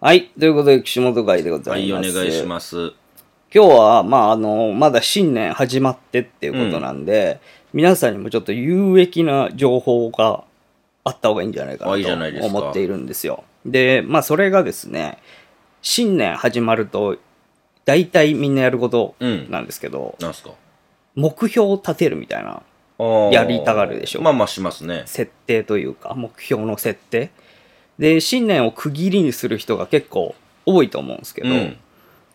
はい。ということで、岸本会でござはいい、おま願す。いします。今日は、まあ、あの、まだ新年始まってっていうことなんで、皆さんにもちょっと有益な情報があった方がいいんじゃないかなあいいじゃないでとすか思っているんですよ。で、まあ、それがですね、新年始まると、大体みんなやることうんなんですけど、なんすか目標を立てるみたいなやりたがるでしょまあまあしますね。設定というか、目標の設定。で、新年を区切りにする人が結構多いと思うんですけど、うん。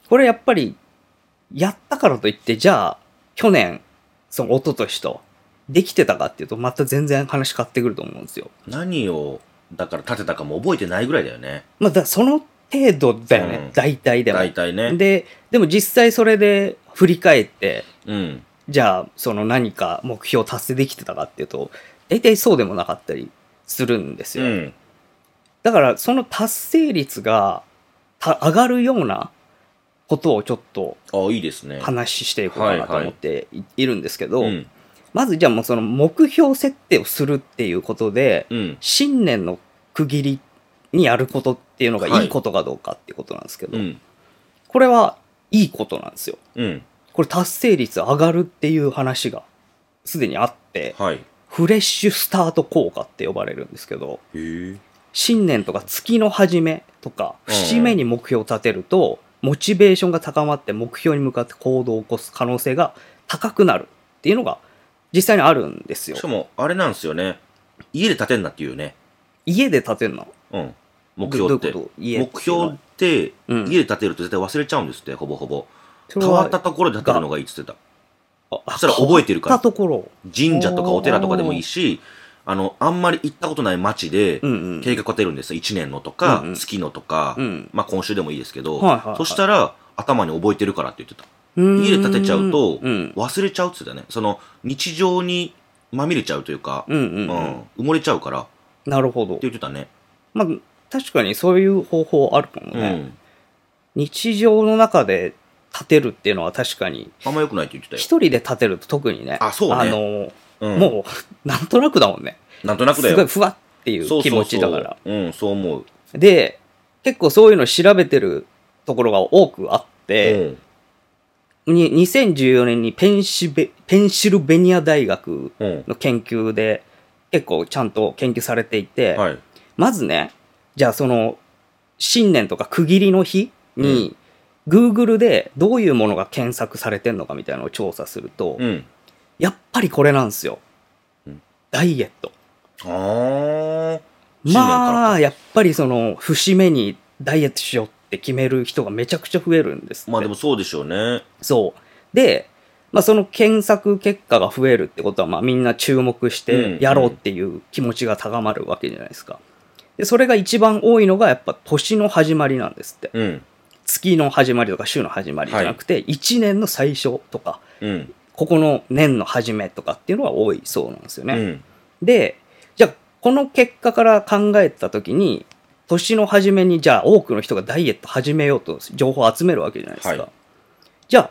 これやっぱり、やったからといって、じゃあ、去年、その一昨年と、できてたかっていうと、また全然話変わってくると思うんですよ。何を、だから立てたかも覚えてないぐらいだよね。まあ、だその程度だよね、うん大体でも。大体ね。で、でも実際それで振り返って、うん。じゃあ、その何か目標達成できてたかっていうと、大体そうでもなかったりするんですうよ。ん。だから、その達成率がた上がるようなことをちょっとあいいですね。話していこうかなと思ってい,、るんですけど、うん。まずじゃあもうその目標設定をするっていうことで、うん。新年の区切りにやることっていうのがはいいいことかどうかっていうことなんですけど、うん。これはいいことなんですよ。うん。これ達成率上がるっていう話がすでにあって、はい。へフレッシュスタート効果って呼ばれるんですけど、え。新年とか月の初めとか、うん節目に目標を立てると、モチベーションが高まって目標に向かって行動を起こす可能性が高くなるっていうのが実際にあるんですよしか。も、あれなんですよね。家で立てんなっていうね。家で立てるのうん。目標って。どどういうこと家って目標って、うん家で立てると絶対忘れちゃうんですって、ほぼほぼ。それ変はわったところで立てるのがいいって言ってた。あそしたら覚えてるか変わらっ。たところ。神社とかお寺とかでもいいし、あの、あんまり行ったことない街でうんうん、計画立てるんですよ。1年のとか、うんうん月のとか、うんまあ今週でもいいですけはど、いはいはいそしたら頭に覚えてるからって言ってた。家家で立てちゃうと、うん。忘れちゃうって言ってたね。その、日常にまみれちゃうというか、うんううんんうん。埋もれちゃうからってなるほど。言ってたね。まあ、確かにそういう方法あるかもうね。ん。日常の中で立てるっていうのは確かに、あんま良くないって言ってたよ。一人で立てると特にね、あそうねあの、うんもう、なんとなくだもんね。なんとなくだすごいよ。ふわっていう気持ちだから。そうそうそう。うん、そう思う。で、結構そういうの調べてるところが多くあって、に2014年にペンシベペンシルベニア大学うん。うん。の研究で結構ちゃんと研究されていて、はい。まずね、じゃあその新年とか区切りの日に、Google でどういうものが検索されてんのかみたいなのを調査すると、うん。やっぱりこれなんですよ。うんダイエット。あー。新年からまかあ、やっぱりその、節目にダイエットしようって決める人がめちゃくちゃ増えるんですって。まあでもそうでしょうね。そう。で、まあその検索結果が増えるってことは、まあみんな注目しうんうてんやろうっていう気持ちが高まるわけじゃないですか。で、それが一番多いのがやっぱ年の始まりなんですって。うん。月の始まりとか週の始まりじゃなくて、1年の最初とか、うん。ここの年の始めとかっていうのは多いそうなんですよね。うん。で、じゃあ、この結果から考えたときに、年の初めに、じゃあ、多くの人がダイエット始めようと、情報を集めるわけじゃないですか。はいじゃあ、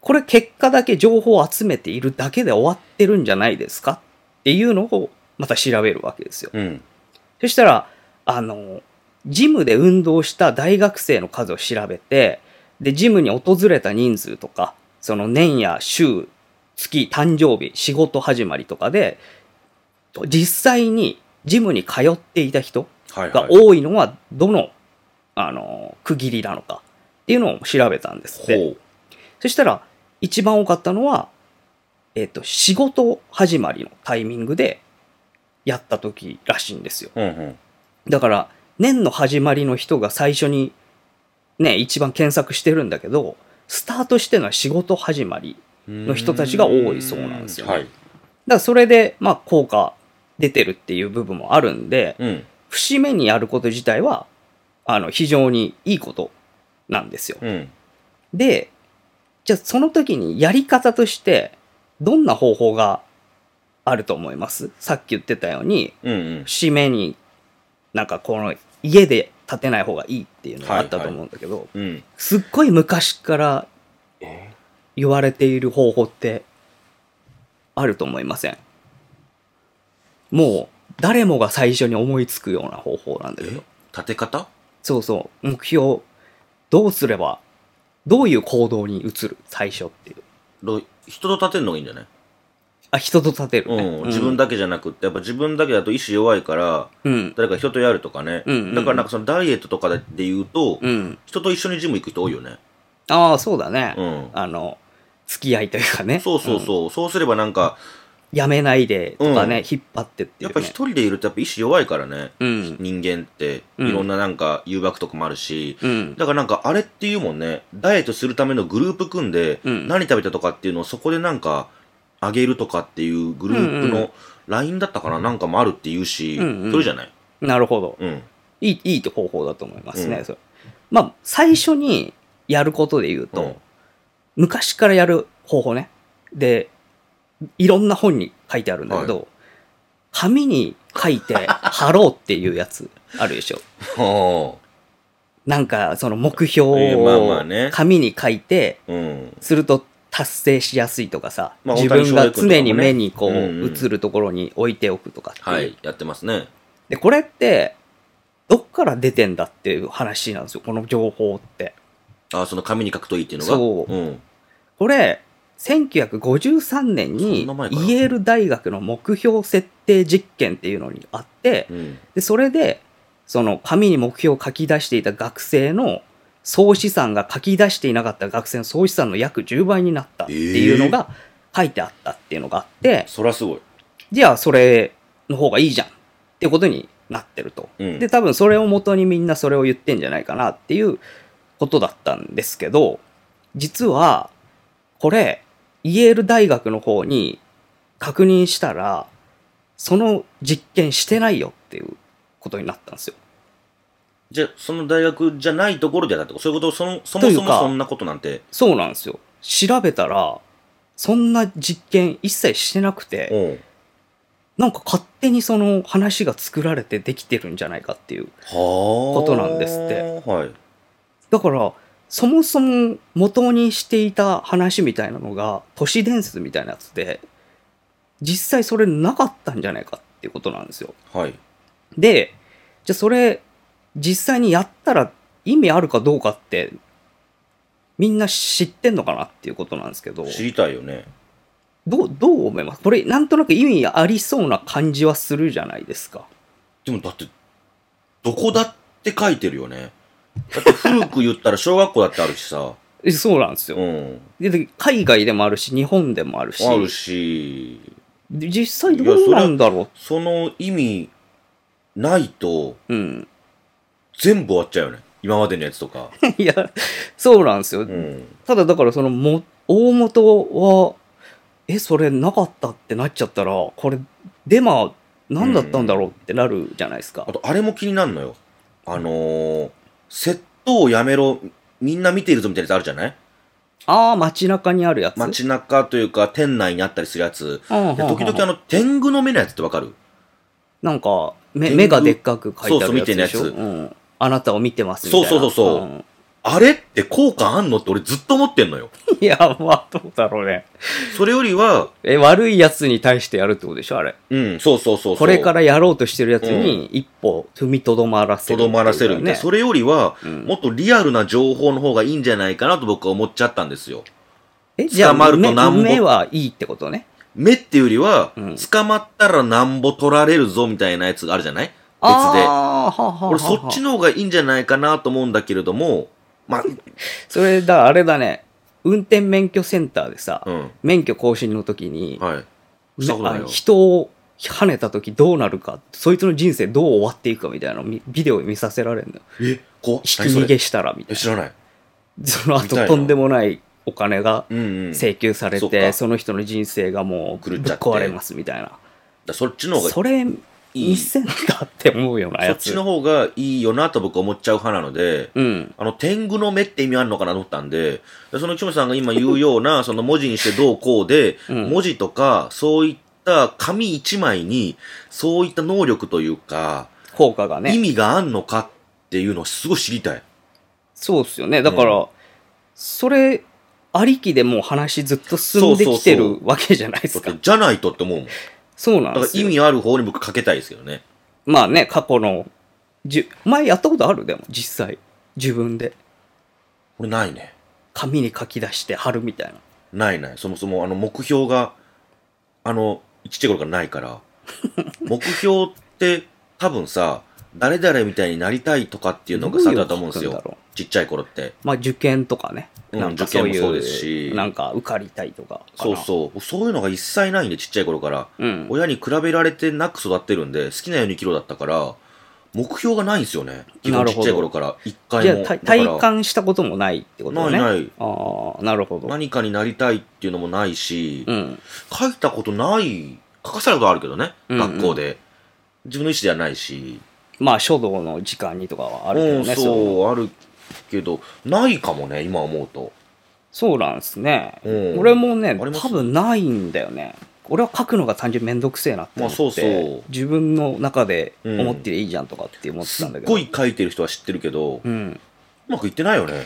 これ結果だけ情報を集めているだけで終わってるんじゃないですかっていうのを、また調べるわけですよ。うん。そしたら、あの、ジムで運動した大学生の数を調べて、で、ジムに訪れた人数とか、その年や週、月、誕生日、仕事始まりとかで、実際にジムに通っていた人はいがはい。多いのは、どの、あの、区切りなのかっていうのを調べたんですって。ほそしたら、一番多かったのは、えっ、と、仕事始まりのタイミングでやった時らしいんですよ。う。うんうん。だから、年の始まりの人が最初に、ね、一番検索してるんだけど、スタートしてるのは仕事始まり。の人たちが多いそうなんですよねはい。だからそれで、まあ、効果出てるっていう部分もあるんで、うん。節目にやること自体は、あの、非常にいいことなんですよ。うん。で、じゃあその時にやり方として、どんな方法があると思いますさっき言ってたように、うんうん。節目になんかこの家で建てない方がいいっていうのがあったと思うんだけど、うん。すっごい昔から言われている方法ってあると思いませんもう誰もが最初に思いつくような方法なんだけど立て方そうそう、目標、どうすれば、どういう行動に移る、最初っていう。ど人と立てるのがいいんじゃない、あ、人と立てる、うねん、自分だ。だけじゃなくって、やっぱ自分だけだと意志弱いから、うん。誰か人とやるとかね。うんうんうんだからなんかそのダイエットとかで言うと、うん。人と一緒にジム行く人多いよね。ああ、そうだね。うん。あの、付き合いというかね。そうそううん。そう。そうすればなんか、やめないでとかね、うん引っ張ってっていやう、っね。ぱ一人でいるとやっぱ意志弱いからね。うん。人間って、うんいろんななんか誘惑とかもあるし。うん。だからなんかあれっていうもんね、ダイエットするためのグループ組んで、うん何食べたとかっていうのをそこでなんか、あげるとかっていうグループうんうの LINE だったかななんかもあるっていうし、うんうんそれじゃないなるほど。うん。いい、いい方法だと思いますね。うんそれまあ、最初にやることで言うと、うん昔からやる方法ね。で、いろんな本に書いてあるんだけど、紙に書いて貼ろうっていうやつあるでしょ。はなんか、その目標ええまあまをあね紙に書いて、あ。うん。すると達成しやすいとかさ、まあ自分が常に大谷翔平君とかもね目にこう、うんうん映るところに置いておくとかっていう。はい、やってますね。で、これって、どっから出てんだっていう話なんですよ、この情報って。あその紙に書くといいっていうのが。そううん。これ、1953年にイそんな前からェール大学の目標設定実験っていうのにあってう、ん。でそれで、その紙に目標を書き出していた学生の総資産が書き出していなかった学生の総資産の約10倍になったっていうのが書いてあったっていうのがあって、そりゃすごい。じゃあそれの方がいいじゃんってことになってると。うんで、多分それを元にみんなそれを言ってんじゃないかなっていうことだったんですけど、実は、これ、イェール大学の方に確認したら、その実験してないよっていうことになったんですよ。じゃあ、その大学じゃないところでやったってことそういうこと、その、そもといそうもかそんなことなんて。そうなんですよ。調べたら、そんな実験一切してなくうて、ん。なんか勝手にその話が作られてできてるんじゃないかっていうはあ。ことなんですって。はい。だから、そもそも元にしていた話みたいなのが、都市伝説みたいなやつで、実際それなかったんじゃないかっていうことなんですよ。はい。で、じゃあそれ、実際にやったら意味あるかどうかって、みんな知ってんのかなっていうことなんですけど、知りたいよね。どう、どう思いますこれ、なんとなく意味ありそうな感じはするじゃないですか。でもだって、どこだって書いてるよね。だって古く言ったら小学校だってあるしさ。えそうなんですよう。ん。でで海外でもあるし、日本でもあるし、あるし、で実際どうなんだろその意味ないとう。うん。全部終わっちゃうよね。今までのやつとか。いや、そうなんですよ。うん。ただだからそのも、大元は、え、それなかったってなっちゃったら、これ、デマ、何だったんだろうってなるじゃないですかあ。と、あれも気になるのよ。あのー、窃盗をやめろ、みんな見ているぞみたいなやつあるじゃないああ、街中にあるやつ。街中というか、店内にあったりするやつ。うんうんうんで時々あの、天狗の目のやつってわかるなんか、目天狗目がでっかく書いてあるやつでしょ。そうそう見てうんあなたを見てますみたいな。そうそうそうそうんあれって効果あんのって俺ずっと思ってんのよ。いや、まあ、どうだろうね。それよりは、え、悪いやつに対してやるってことでしょ、あれ。うん、そうそうそうそう。これからやろうとしてるやつに、一歩踏みとどまらせるとっていどうかね。まらせるみたいな。それよりは、うんもっとリアルな情報の方がいいんじゃないかなと僕は思っちゃったんですよ。え、じゃあ、捕まると目なんぼ目はいいってことね。目っていうよりは、うん捕まったらなんぼ取られるぞみたいなやつがあるじゃない別で。あーはあはあはあ俺そっちの方がいいんじゃないかなと思うんだけれども、まあ、それだ、あれだね。運転免許センターでさ、うん。免許更新の時に、はい。めしたことないあよ。人を跳ねた時どうなるか、そいつの人生どう終わっていくかみたいなのみビデオ見させられるのよ。え、怖っひき何それ逃げしたらみたえ、い知らない。な。その見後たいなとんでもないお金がうんうん。請求され、そってかその人の人生がもうぶ狂っっちゃって壊れますみたいな。だそっちの方がそれ、いい。見せんだって思うようなそやっつ。ちの方がいいよなと僕は思っちゃう派なので、うん。あの、天狗の目って意味あるのかなと思ったんで、でその内村さんが今言うような、 その文字にしてどうこうで、うん文字とか、そういった紙一枚に、そういった能力というか、効果がね。意味があんのかっていうのをすごい知りたい。そうっすよね。だから、それ、ありきでもう話ずっと進んできてそうるわけじゃないですだっかて。じゃないとって思うもん。だそうなんかでらす意よ。味ある方に僕かけたいですけどね。まあね、過去のじゅ前やったことあるでも、実際。自分で。これないね。紙に書き出して貼るみたいな。ないない。そもそも、あの、目標が、あの、ちっちゃい頃からな いから。目標って、多分さ、誰々みたいになりたいとかっていうのがどうさいうだと思うんです書くんだろよ。ちっちゃい頃って。まあ、受験とかね。うんなんかそういう、受験もそうですしなんか受かりたいとかかそなうそう。そういうのが一切ないんで、ちっちゃい頃から。うん。親に比べられてなく育ってるんで、好きなように生きろだったから、目標がないんですよね。基な本るちほどっちゃい頃から、一回じゃあも。体、だから体感したこともないってことね。ないないああ、なるほど。何かになりたいっていうのもないし、うん。書いたことない、書かされたことあるけどね、うんうん学校で。自分の意思ではないし。まあ、書道の時間にとかはあるけどうん、ね、うそう、あるけど、ないかもね、今思うと。そうなんですね。うん俺もね、ります多分ないんだよね。俺は書くのが単純にめんどくせえなって思って、まあそうそう自分の中で思ってりゃいいじゃんとかって思ってすたんだっけど。ごい書いてる人は知ってるけど、ううん。まくいってないよね。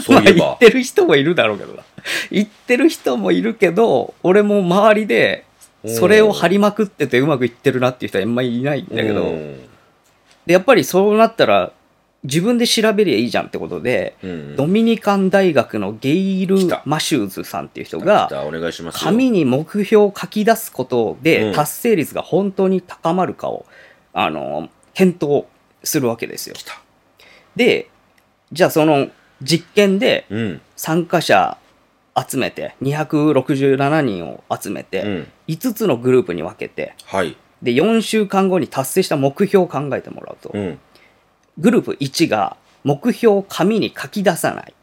そ まあういえ言っば。てる人もいるだろうけどな。言ってる人もいるけど、俺も周りで、それを張りまくっててうまくいってるなっていう人はあんまりいないんだけど、うんでやっぱりそうなったら、自分で調べりゃいいじゃんってことで、うん、ドミニカン大学のゲイル来た・マシューズさんっていう人がが、お願いしますよ紙に目標を書き出すことうでん達成率が本当に高まるかを、あの検討するわけですよ来。た。でじゃあその実験でうん。参加者集めて267人を集めうてん。 5つのグループに分けてはい。で4週間後に達成した目標を考えてもらうとうん。グループ1が目標を紙に書き出さない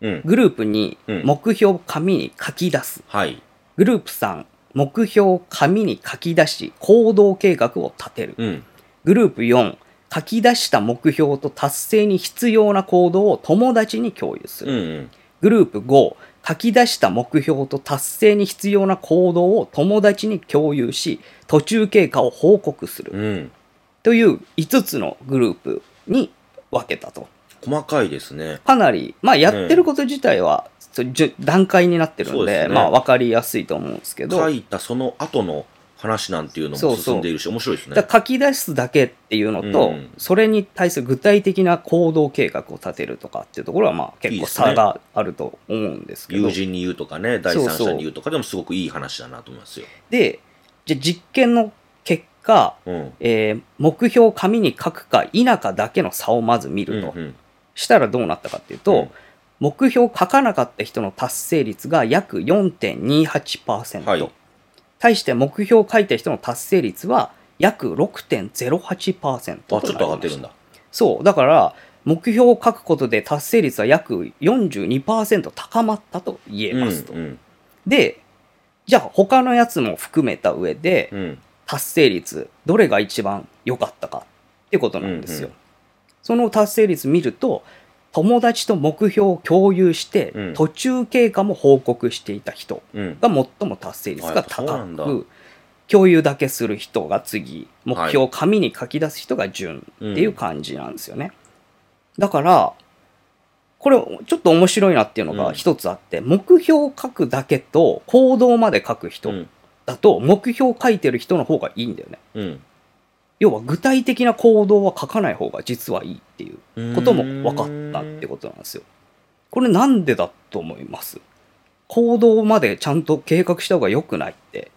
うん。グループ2うん目標を紙に書き出すはい。グループ3、目標を紙に書き出し、行動計画を立てる。うん。グループ4、書き出した目標と達成に必要な行動を友達に共有すうる。んうん。グループ5、書き出した目標と達成に必要な行動を友達に共有し、途中経過を報告する。うん。という5つのグループに分けたと。細かいですね。かなり、まあ、やってること自体は、そうじゅ段階になってるそんうでで、すねまあ、分かりやすいと思うんですけど。書いたその後の話なんていうのそうもそう進んでいるし、面白いですねだ。から書き出すだけっていうのと、うんそれに対する具体的な行動計画を立てるとかっていうところは、まあ、結いい構ですね差があると思うんですけど、友人に言うとかね、第三者に言うとかでもすごくいい話だなと思いますよ。でじゃあ実験の結果、うん。えー目標を紙に書くか否かだけの差をまず見うんると、うんしたらどうなったかっていうと、うん目標を書かなかった人の達成率が約4.28%、はい対して目標を書いた人の達成率は約6.08%となりましたあ、ちょっと上がってるんだ。そう。だから、目標を書くことで達成率は約42%高まったと言えうんますと。うんで、じゃあ他のやつも含めた上で、うん。達成率、どれが一番良かったかってことなんですよ。うんうその達成率見ると、友達と目標を共有して、うん途中経過も報告していた人うん。が最も達成率があそう高なんだく、共有だけする人が次、目標を紙に書き出す人が順っていう感じなんですよね。だから、これちょっと面白いなっていうのうがん一つあって、目標を書くだけと行動まで書くう人ん。だと、目標を書いてる人の方がいいんだよね。うん要は具体的な行動は書かない方が実はいいっていうことも分かったってことなんですよ。これなんでだと思います行動までちゃんと計画した方が良くないって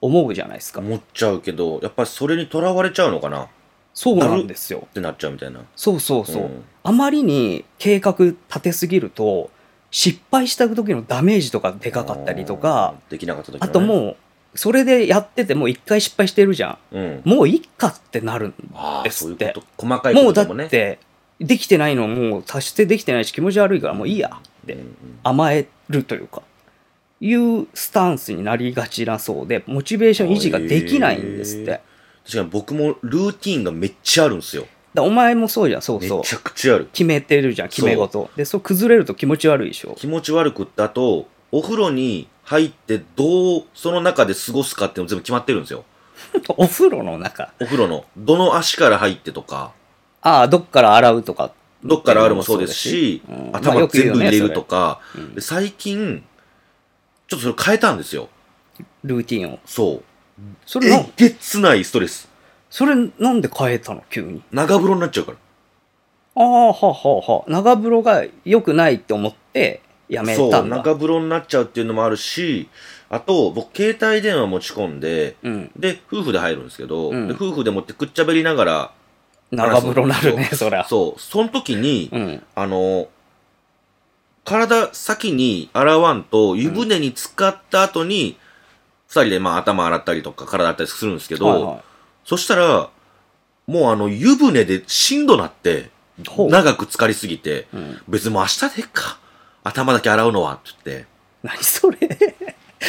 思うじゃないですか。思っちゃうけど、やっぱりそれにとらわれちゃうのかなっそうなんですよ。てなっちゃうみたいな。そうそうそう。うんあまりに計画立てすぎると失敗した時のダメージとかでかかったりとか、うん、できなかった時のあねともうそれでやっててもう一回失敗してるじゃうんん。もういっかってなるんあであ、すそっういうてこと。細かいもこうだとっでもね。てできてないのもう達してできてないし気持ち悪いからもういいやってうん甘えるというかいうスタンスになりがちなそうでモチベーション維持ができないんですっへーて。確かに僕もルーティンがめっちゃあるんですよ。だお前もそうじゃんそうめそうちゃくちゃある。決めてるじゃん決め事でそう崩れると気持ち悪いでしょ気持ち悪くって、あと、お風呂に入ってどうその中で過ごすかっていうのも全部決まってるんですよ。お風呂の中お風呂の。どの足から入ってとか、ああ、どっから洗うとか。どっからあるもそうですし、うんまあ頭よく言う全よ部ね入れるとか、それうんで最近、ちょっとそれ変えたんですよ。ルーティンを。そう。それえの、げつないストレス。それなんで変えたの急に。長風呂になっちゃうから。ああ、はあはあはあ。長風呂が良くないって思ってやめそたう、んだ。中風呂になっちゃうっていうのもあるし、あと、僕、携帯電話持ち込んで、うん。で、夫婦で入るんですけど、うんで夫婦で持ってくっちゃべりながら、長風呂なるね、そりゃ。そう、その時に、うん。あの、体先に洗わんと、湯船に浸かった後に、二、人でまあ頭洗ったりとか体洗ったりするんですけど、はいはいそしたら、もうあの湯船でしんどなって、ほう長く浸かりすぎて、うん、別にもう明日でいっか。頭だけ洗うのは、って言って。何それ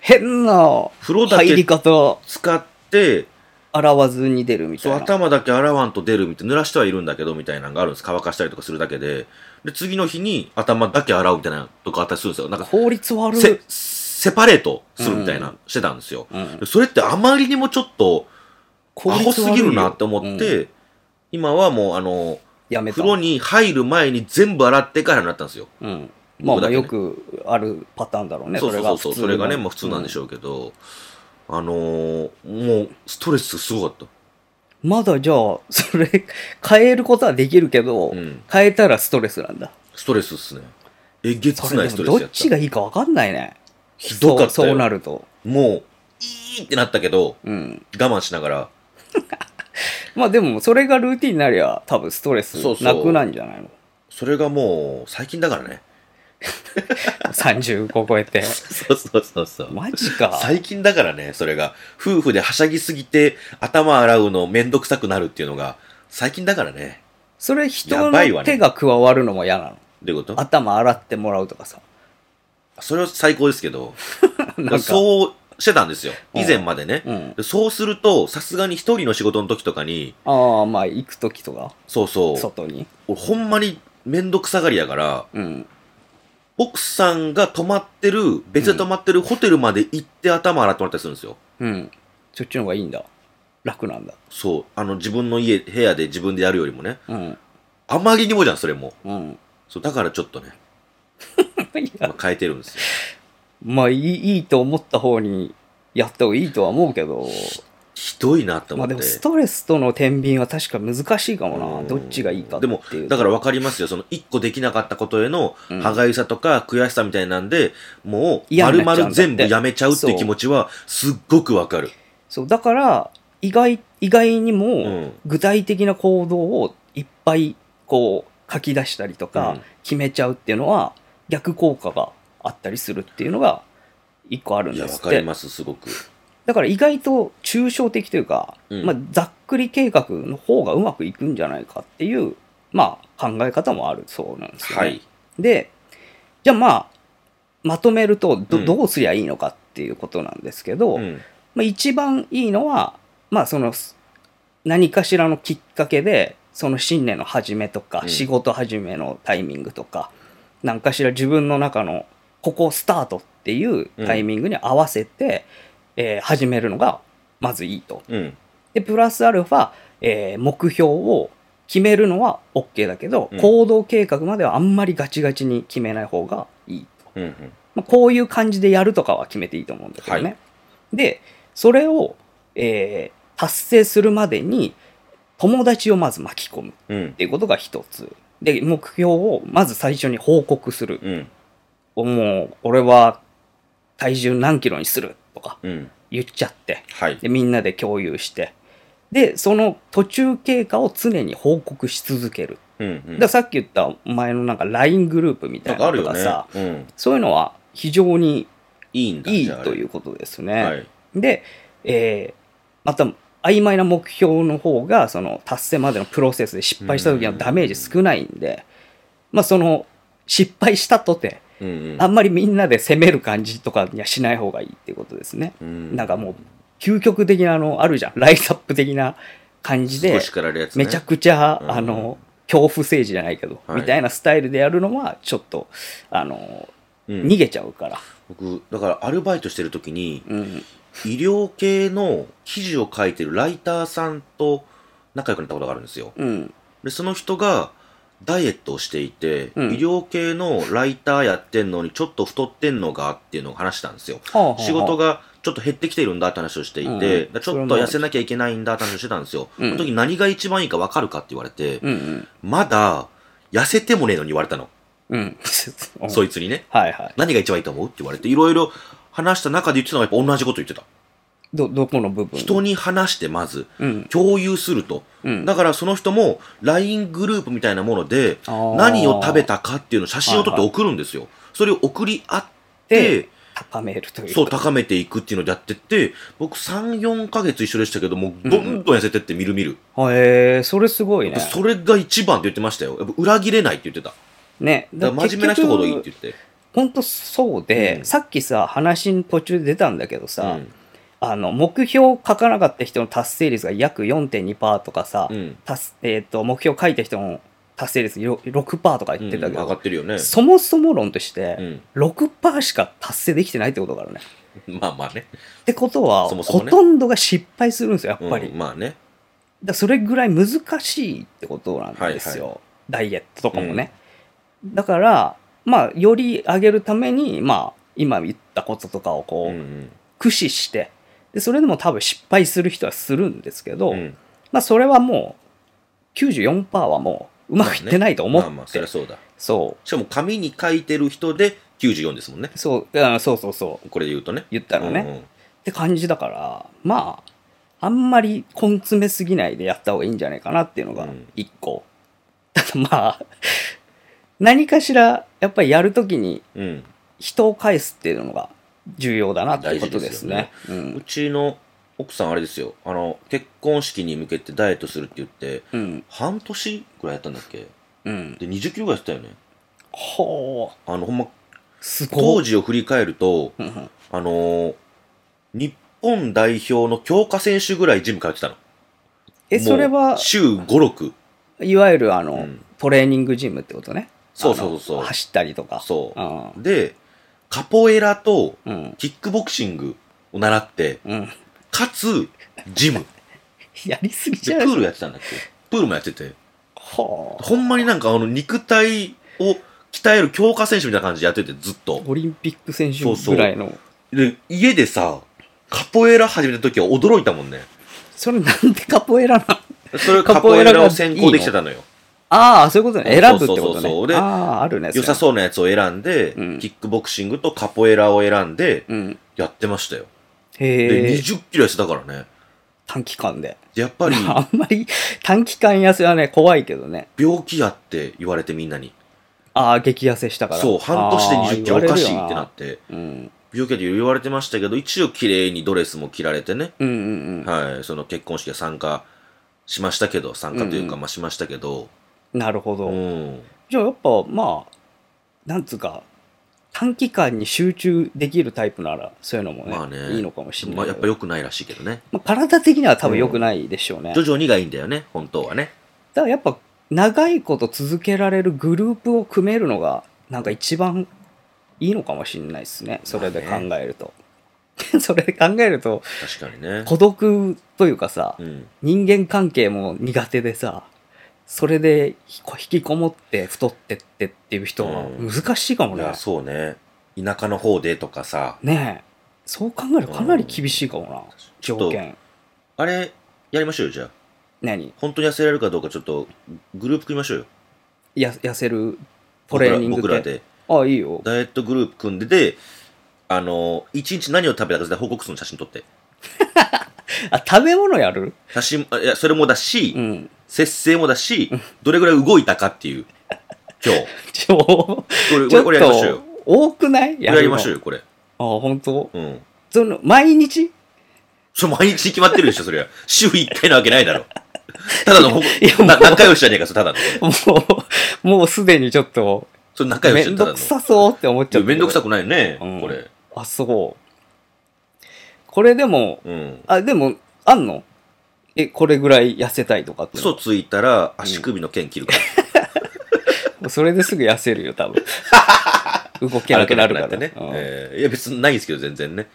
変な風呂だ入りけ方使って、洗わずに出るみたそう、いな。頭だけ洗わんと出るみたいな、濡らしてはいるんだけど、みたいなのがあるんです。乾かしたりとかするだけで。で、次の日に頭だけ洗うみたいなのとかあったりするんですよ。なんか、法律悪い。せ、セパレートするみたいな、してたんですよ。うん、それってあまりにもちょっと、ア効率悪いよホすぎるなって思っうんて、今はもう、あの、やめた風呂に入る前に全部洗ってからになったんですよ。うん、まあ僕まだあけねよくあるパターンだろうね。そうそうそうそう、それがね、まあ普通なんでしょょうけど、あのーもう、ストレスすごかっうん。まだじゃあ、それ、変えることはできるけど、た。うん。変えたらストレスなんだ。ストレスっすね。えげつそないれスでトもどレスやっっちた。がいいか分かんないね。ひどかったよそうそうなると。もう、いいってなったけど、うん。我慢しながら、まあでも、それがルーティンになりゃ、多分ストレスそうそうなくなんじゃないのそれがもう、最近だから ね。 ?35 超えて。そうそうそうそう。マジか。最近だからね、それが。夫婦ではしゃぎすぎて、頭洗うのめんどくさくなるっていうのが、最近だからね。それ人やばいわのね手が加わるのも嫌なの。どういうこと頭洗ってもらうとかさ。それは最高ですけど、なんか、そうしてたんですよ。うん以前までね。うん。でそうすると、さすがに一人の仕事の時とかに、ああ、まあ行く時とか、そうそう、外に。俺ほんまにめんどくさがりやから、うん。奥さんが泊まってる、別で泊まってるホテルまで行って頭洗ってもらったりするんですよ。うん。そっちの方がいいんだ。楽なんだ。そう。あの、自分の家、部屋で自分でやるよりもね。うん。あまりにもじゃん、それも。うん。 そう、だからちょっとね、いや今変えてるんですよ。まあいいいいと思った方にやった方がいいとは思うけど、ひどいなってま思あって。でもストレスとの天秤は確か難しいかもうんな、どっちがいいかってでいうもと。、だから分かりますよ。その、一個できなかったことへのうん歯がゆさとか悔しさみたいなんで、もう、嫌丸になっちゃうんだ々って全部やめちゃうっていう気持ちは、すっごく分かる。そう、だから意外、意外にうもん。具体的な行動をいっぱいこう書き出したりとうかん決めちゃうっていうのは逆効果があったりするっていうのが一個あるんいや、で分すっかりて。ます、すごく。だから意外と抽象的というか、うんまあ、ざっくり計画の方がうまくいくんじゃないかっていう、まあ、考え方もあるそうなんですよ、ねはい。で、じゃあまあ、まとめるとど,、うんどうすりゃいいのかっていうことなんですけど、うん。まあ、一番いいのは、まあ、そのす何かしらのきっかけでその新年の始めとか、うん仕事始めのタイミングとか何かしら自分の中のここスタートっていうタイミングに合わせて、えー始めるのがまずいいと。うん。でプラスアルファ、えー目標を決めるのは OK だけど、うん行動計画まではあんまりガチガチに決めない方がいいと。うんうん。まあ、こういう感じでやるとかは決めていいと思うんだけどね。はで、それを、えー達成するまでに、友達をまず巻き込むっうん。ていうことが一つ。で、目標をまず最初に報告する。うん。もう、俺は体重何キロにするとかうん。言っちゃって、はい。で、みんなで共有して、で、その途中経過を常に報告し続ける。うんうん。だからさっき言ったお前のなんか LINE グループみたないんかなあのるとよかねさ、。うん。そういうのは非常にいいんだ。いいじゃあということですあれね。はい。で、えーまた曖昧な目標の方がその達成までのプロセスで失敗した時のダメージ少ないんで、まあ、その失敗したとてうんうんあんまりみんなで責める感じとかにはしない方がいいっていうことですね。うん。なんかもう究極的なあのあるじゃんライトアップ的な感じ少でし叱られるやつね。めちゃくちゃ、うんあの恐怖政治じゃないけど、はいみたいなスタイルでやるのはちょっとあのうん逃げちゃうから。僕、だからアルバイトしてる時に、うん医療系の記事を書いてるライターさんと仲良くなったことがあるんですよ。うんで、その人がダイエットをしていて、うん医療系のライターやってんのにちょっと太ってんのがっていうのを話したんですよ。はあはあはあ仕事がちょっと減ってきてるんだって話をしていて、うんうんだからちょっと痩せなきゃいけないんだって話をしてたんですよ。うんその時何が一番いいか分かるかって言われて、うんうん。まだ痩せてもねえのに言われたの。うん。そいいつにね。はいはい。何が一番いいと思うって言われて、いろいろ話した中で言ってたのがやっぱ同じこと言ってた。ど、どこの部分人に話してまず、うん。共有すると。うん。だからその人も LINE グループみたいなもので、あー何を食べたかっていうのを写真を撮って送るんですよ。それを送り合って、高めるというか。そう、高めていくっていうのでやってって、僕3、4ヶ月一緒でしたけど、もうどんどん痩せてってみるみる。はえー、それすごいね。それが一番って言ってましたよ。やっぱ裏切れないって言ってた。ね。だから真面目な人ほどいいって言って。本当そうで、うんさっきさ、話の途中で出たんだけどさ、うんあの、目標を書かなかった人の達成率が約4.2%とかさ、うん。達すえっと目標書いた人の達成率よ6%とか言ってたけうん上ど、がってるよね。そもそも論としうて、ん。 6%しか達成できてないってことだからね。まあまあね。ってことは、そもそもねほとんどが失敗するんですよ、やっぱり。うんまあね。だそれぐらい難しいってことなんですよ、はダイエットとかもね、だからまあより上げるためにまあ今言ったこととかをこうう、ん駆使してでそれでも多分失敗する人はするんですけど、うん。うんまあそれはもう94%はもううまくいってないと思って、まあまあ、そりゃそうだ。そしかも紙に書いてる人で94ですもんね。うそうあそうそうそうこれで言うとね。言ったらね、うんっうんて感じだからまああんまり根詰めすぎないでやった方がいいんじゃないかなっていうのがうん一個、ただまあ何かしらやっぱりやるときにうん。人を返すっていうのが重要だなっていうことですね。うちの奥さんあれですよ。あの、結婚式に向けてダイエットするって言って、うんうん半年ぐらいやったんだっけうん。で、20キロぐらいやってたよね。ほうあの、ほんま、すご当い。時を振り返ると、うんうんあのー日本代表の強化選手ぐらいジム通ってたの。えもうそれは週5、6。いわゆるあの、うんトレーニングジムってことね。そうそうそうあの走ったりとか。そうう。で、カポエラとん。うん。キックボクシングを習って、うん。かつ、ジム。やりすぎじで、ゃプないールやってたんだっけプールもやってて。はあほんまになんかあの、肉体を鍛える強化選手みたいな感じでやってて、ずっと。オリンピック選手ぐらいの。そで、家でさ、カポエラ始めた時は驚いたもんね。れなんでカポエラなのそれカカポポエエラがラを先行できてたのよ。ああ、そういうことね。選ぶってことそうそうね。そうそうでああ、あるね。良さそうなやつを選んで、うんキックボクシングとカポエラを選んで、う。うん。やってましたよ。へで、え。 20キロ痩せたからね。短期間で。でやっぱり、 あんまり短期間痩せはね、怖いけどね。病気やって言われてみんなに。ああ、激痩せしたから。そう、半年でああ20キロおかしいってな言われるよっ。て、な病気やって言われてましたけど、一応綺麗にドレスも着られてね、うん。うんうんはい、その結婚式は参加しましたけど、参加といううんうか、んまあしましたけど、うん。なるほど。うん。じゃあやっぱまあなんつうか短期間に集中できるタイプならそういうのもね,、まあねいいのかもしれない、まあやっぱ良くないらしいけどね。まあ体的には多分良くないでしょうね、徐だか々にがいいんだよね、本当はね。らやっぱ長いこと続けられるグループを組めるのがなんか一番いいのかもしれないですねそれで考えると、 それで考えると確かにね。孤独というかさ、うん。人間関係も苦手でさそれでひこ引きこもって太ってってっていう人は難しいかもいね、や、そうね。田舎の方でとかさ、ねえそう考えるとかなり厳しいかもな、ちょ条っと件あれ、やりましょうよ、じゃあ。何本当に痩せられるかどうか、ちょっと、グループ組みましょうよ。や痩せるトレーニング僕ら僕らで。あいいよダイエットグループ組んでで、あの、一日何を食べたかで報告するの写真撮って。あ食べ物やる写真、あいや、それもだし、うん 節制もだし、どれぐらい動いたかっていう。今日。ちょここれ、こちれょこれやりましょうよ。っこと多くないれやりましょうよ、これ。よあ本当うん。その毎日それ毎日に決まってるでしょ、それは。週1回なわけないだろ。ただの報いやも告、うな仲良しじゃねえか、それただの。もうもうすでにちょっとそれ仲良しめじゃんんたどだくの。さそうって思っちゃいうやめんどくさくくないよね、うんこれ。あそうこれでもうん。あでもあんのえこれぐらい痩せたいとかっていうの嘘ついたら足首の剣切 るから。それですぐ痩せるよ多 分動けなくなるから歩けなくなうっんてね。えーいや、別にないですけど、全然ね。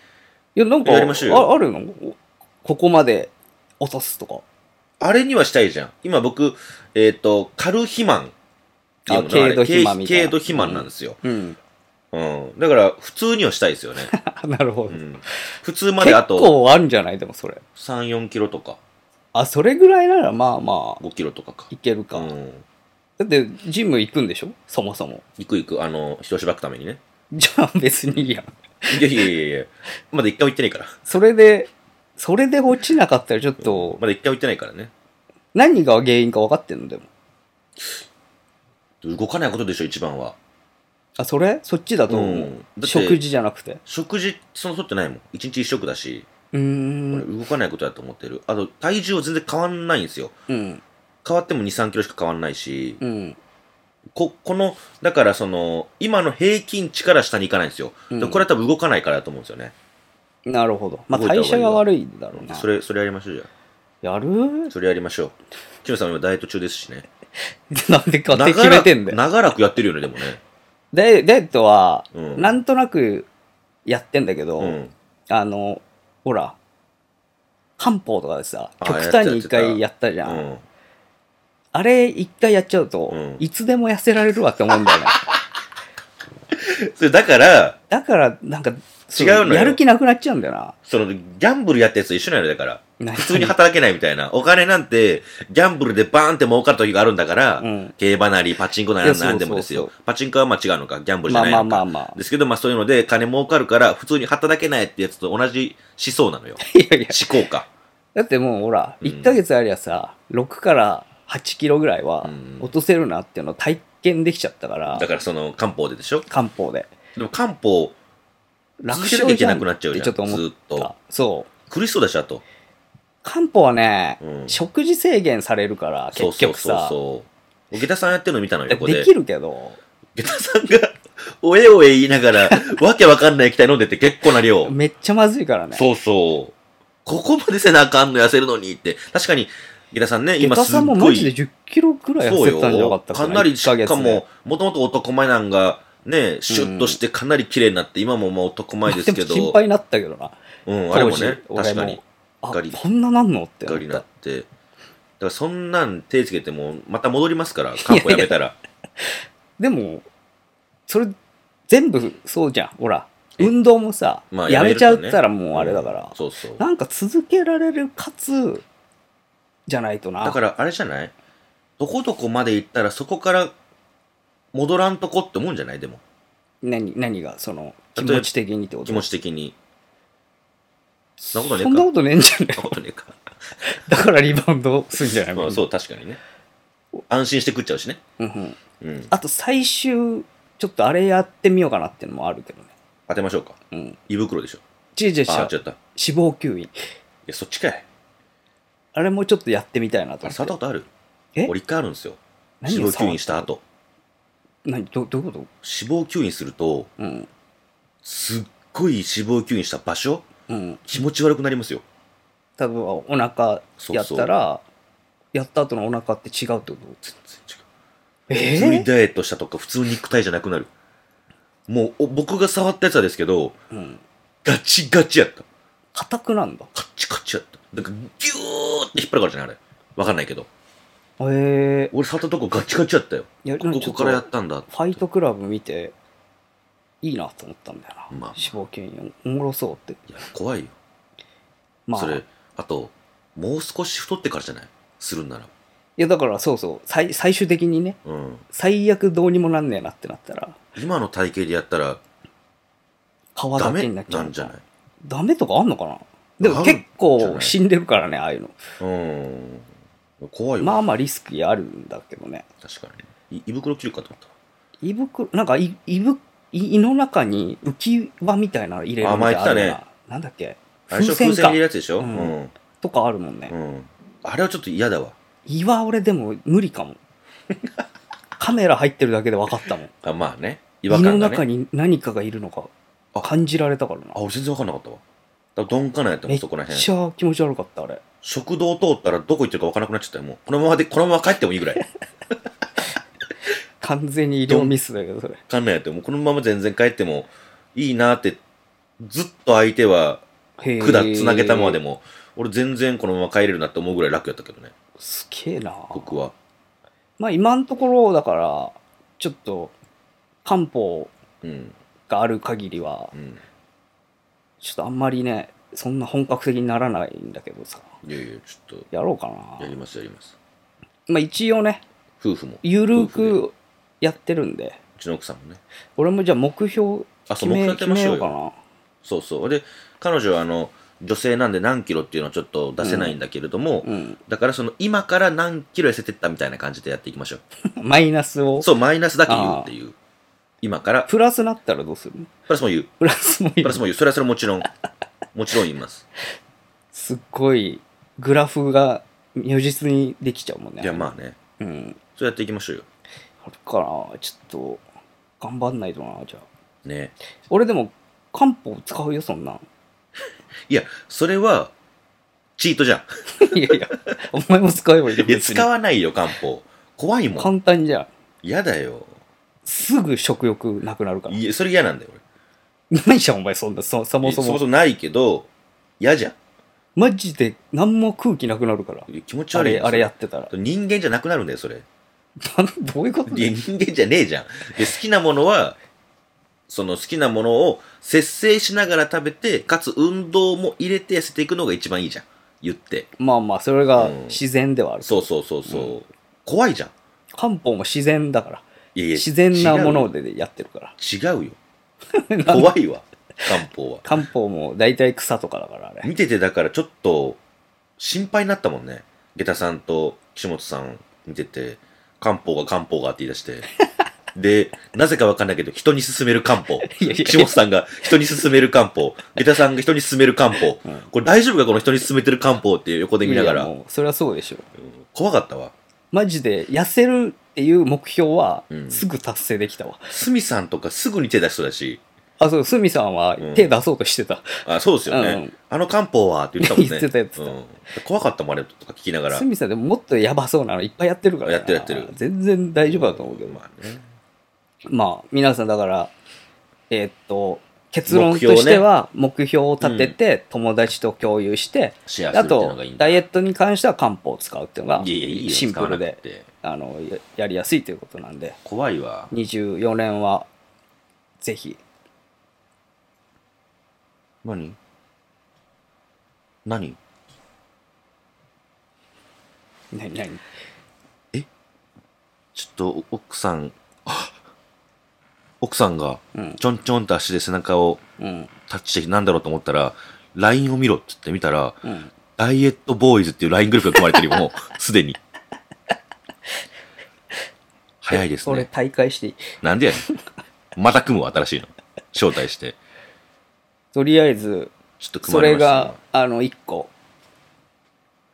いや、なんか、やりましょうよああるのおここまで落とすとか。あれにはしたいじゃん。今僕、えっ、と、カル肥満っていうものああ軽れ度肥満みたいな軽軽度肥満なんですよ。うん。うん。だから、普通にはしたいですよね。 なるほど。うん。普通ま結であと、構あるんじゃないでもそれ。 3、4キロとか、あ、それぐらいならまあまあ、 5キロとかか。いけるか。うん。だって、ジム行くんでしょそも そも。行く行く、あの、人をしばくためにね。じゃあ別にいいやん。いやいやいやいや、まだ一回も行ってないから。それで、それで落ちなかったらちょっと、まだ一回も行ってないからね。何が原因か分かってんのでも。動かないことでしょ、一番は。あ、それそっちだと思う。うんだって食事じゃなくて。食事、その取ってないもん。一日一食だし、うーこれん。動かないことだと思ってる。あと、体重は全然変わんないんですよ。うん。変わっても2、3キロしか変わんないし、うん。こ、この、だからその、今の平均値から下に行かないんですよ。うんでこれは多分動かないからだと思うんですよね。なるほど。まあ動いた方がいい代わ謝が悪いだろうな。それ、それやりましょうじゃやる あ。それやりましょう。キムさんは今ダイエット中ですしね。なんで勝手に決めてんだよ。長らくやってるよね、でもね。ダイダイエットは、うんなんとなくやってんだけど、うん。あの、ほら、漢方とかでさ、あ極端に一回ややったじゃん。うん。あれ一回やっちゃうと、うんいつでも痩せられるわって思うんだよ ね。それだから、だから、なんか、そう違うのよやる気なくなっちゃうんだよな。その、ギャンブルやったやつと一緒なのよだから。何普通に働けないみたいな。お金なんて、ギャンブルでバーンって儲かる時があるんだから、うん競馬なり、パチンコないやりそうそうそうなんでもですよ。パチンコはまあ違うのか、ギャンブルじゃまあなまいのあか。まあまあ。ですけど、まあそういうので、金儲かるから、普通に働けないってやつと同じ思想なの よ。 いやいや、思考か。だってもうほら、うん1ヶ月ありゃさ、6から8キロぐらいはうん落とせるなっていうのを体験できちゃったからだ、からその、漢方ででしょ漢方で。でも漢方、楽しなきゃいけなくなっちゃうじゃん。ちょっと思ずっったと。。そう。苦しそうだし、あと。漢方はね、うん食事制限されるから、そう結そう局そうさ。そう。下田さんやってるの見たのよ、だ横で。できるけど、下田さんが、 おえおえ言いな がら、わけわかんない液体飲んでて結構な量。めっちゃまずいからね。そうそう。ここまでせなあかんの痩せるのにって。確かに、池田さんね、下今駄すさっんもごマジでい。 10キロぐらいそう痩せたんじゃなかよった。かなり、 1しかヶ月でも、もともと男前なんが、ね、シュッとしてかなり綺麗になって、今ももう男前ですけでど、も心配になったけどな。うん、あれ当も時、ね、俺確かもに、。あ、ガリこんななんのってがなりにっ。なったて。だからそんなん手つけても、また戻りますから、漢方やめたら。でも、それ、全部そうじゃん。ほら、え運動もさ、まあやめちゃうやめるとねったらもうあれだから、そうそう。なんか続けられるかつ、じゃないとな。だから、あれじゃないどこどこまで行ったら、そこから戻らんとこって思うんじゃないでも、何、何が、その、気例えば持ち的にってこと気持ち的に。そんなことねえそか。んなことねえんじゃねそんなことね えか。だからリバウンドするんじゃないまあそう、確かにね。安心して食っちゃうしね。うんうんうん。あと最終、ちょっとあれやってみようかなっていうのもあるけどね。当てましょうか。うん。胃袋でしょ。ちいちゃいしゃあ、違っちゃった。い死亡吸引。や、そっちかい。あれもちょっとやってみたいなとあれ、思触っったて。ことあるえ俺一回あるんですよ。何脂を肪吸触っ引した後。何どどういうこと脂肪吸引すると、うん。すっごい脂肪吸引した場所、うん。気持ち悪くなりますよ。例えばお腹やったら、やった後のお腹って違うってこと全然違う。え普通にダイエットしたとか、普通に肉体じゃなくなる。もう、お僕が触ったやつはですけど、うん。ガチガチやった。硬くなんだ。カッチカチやった。なんか、ギューって引っ張るからじゃないあれ。わかんないけど。え俺触ったとこガチガチやったよ。え。いや、こなんこかちょこっからやとっ、たんだ。ファイトクラブ見て、いいなと思ったんだよな。まあ死亡吸引、おもろそうって。いや、怖いよ。まあ、それ、あと、もう少し太ってからじゃないするんなら。いやだからそうそう最最終的にねうん。最悪どうにもなんねえなってなったら今の体型でやったら、皮ダだメけにななっちゃうんじゃないダメとかあんのかなでも結あるんじゃ構ない死んでるからねああいうのうん。怖いよ。まあまあリスクあるんだけどね確かに。い胃袋切るかと思っ胃袋なんか胃胃ぶ胃胃の中に浮き輪みたいなの入れるみたいなのあるあ前よ言っなてなんだっけた。あれでしょ風風船船か入れるやつでしょううんん。とかあるもんね、うん。あれはちょっと嫌だわ。胃は俺でも無理かもカメラ入ってるだけで分かったもんあまあね。 違胃和の感が中ね。に何かがいるのかあ感じられたからなあ、俺全然わかんなかったわ。多分鈍感なんやっためもっん、そこら辺。ちゃ気持ち悪かったあれ食堂通ったらどこ行ってるか分からなくなっちゃったよ。もう、このままで、このまま帰ってもいい ぐらい。わ完全に医療ミスだけどそれかんないやって、もうこのまま全然帰ってもいいなって、ずっと相手は管つなげたままでもも、俺全然このまま帰れるなって思うぐらい楽やったけどね、すげえな僕は。まあ今のところだからちょっと漢方うん。がある限りはう、ん。ちょっとあんまりね、そんな本格的にならないんだけどさ、いやいや、ちょっやろうかと、やなり。ます、やります。まあ一応ね、夫婦も。ゆる夫婦で。うくやってるんで、ちの奥さんもね。俺もじゃあ目標あ決そうめ目標決立てまめしょよううよかな。そうそう。で、彼女は、あの、女性なんで何キロっていうのはちょっと出せないんだけれども、うん。だからその今から何キロ痩せてったみたいな感じでやっていきましょマイナスをう。。そう、マイナスだけ言うっていう。今から、ププラスなったらどうするラスも言う。プラスもいプいラ。スも言う。それはそれもちろん、 もちろん言います。すっごいグラフが如実にできちゃうもんね。いや、まあね。うん。そうやっていきましょうよ。あるから、ちょっと、頑張んないとな、じゃあ。ね。俺でも、漢方使うよ、そんなん。 いや、それは、チートじゃん。いやいや、お前も使えばいいよいや、別に使わないよ、漢方。怖いもん。簡単じゃん。嫌だよ。すぐ食欲なくなるから。いや、それ嫌なんだよ、ないじゃん、お前、そんな、そそ俺。もいやそそもそも。もないけど、嫌じゃマジで、何も空気なくなるからん。。いや気持ちあ悪いれ、よあれやってたら。 人間じゃなくなるんだよ、それ。なんどういうこといや、人間じゃねえじゃん。で、好きなものは、その好きなものを節制しながら食べて、かつ運動も入れて痩せていくのが一番いいじゃん。言って。まあまあ、それがうん自然ではある。そうそうそうそう。怖いじゃん。漢方も自然だから。いやいや。自然なものでやってるから。違うよ。違うよ。怖いわ、漢方は。漢方も大体草とかだから、あれ。見ててだからちょっと心配になったもんね下駄さんと岸本さん見てて漢方が漢方がって言い出して でなぜかわかんないけど人に勧める漢方いやいや岸本さんが人に勧める漢方下駄さんが人に勧める漢方、うんこれ大丈夫かこの人に勧めてる漢方って横で見ながらいやいやもうそれはそうでしょ。うん怖かったわマジで、痩せるっていう目標はう、んすぐ達成できたわ。鷲見さんとかすぐに手出しそうだしあ、そう、すみさんはうん手出そうとしてた。あそうですよね、うんあの漢方はって言ってたもん言ねってた言ってたうん怖かったもんあれとか聞きながらすみさんでももっとやばそうなのいっぱいやってるからなやってるやってる全然大丈夫だと思うけど、まあねまあ皆さんだからえーっと結論目標とねしては目標を立てて友達と共有して、シェアあするっていうのとがいいんだダイエットに関しては漢方を使うっていうのがいやいやいいよシンプル使わなでくてあのややりやすいということなんで怖いわ24年はぜひ何何何何ちょっと奥さんあ奥さんがうんちょんちょんと足で背中をうんタッチしてなんだろうと思ったら LINE を見ろって言ってみたらうんダイエットボーイズっていう LINE グループが組まれてるよも うすでに早いです俺ね大会していいなんでやねんまた組むわ新しいの招待してとりあえずちょっと組そまれれましたが、あの、一個、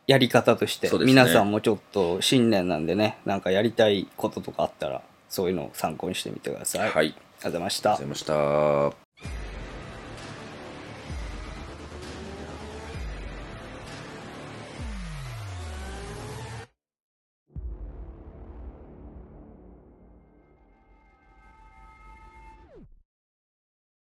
やり方として、そうですね皆さんもちょっと新年なんでね、なんかやりたいこととかあったら、そういうのを参考にしてみてください。はいありがとうありがとうございましたござい。ました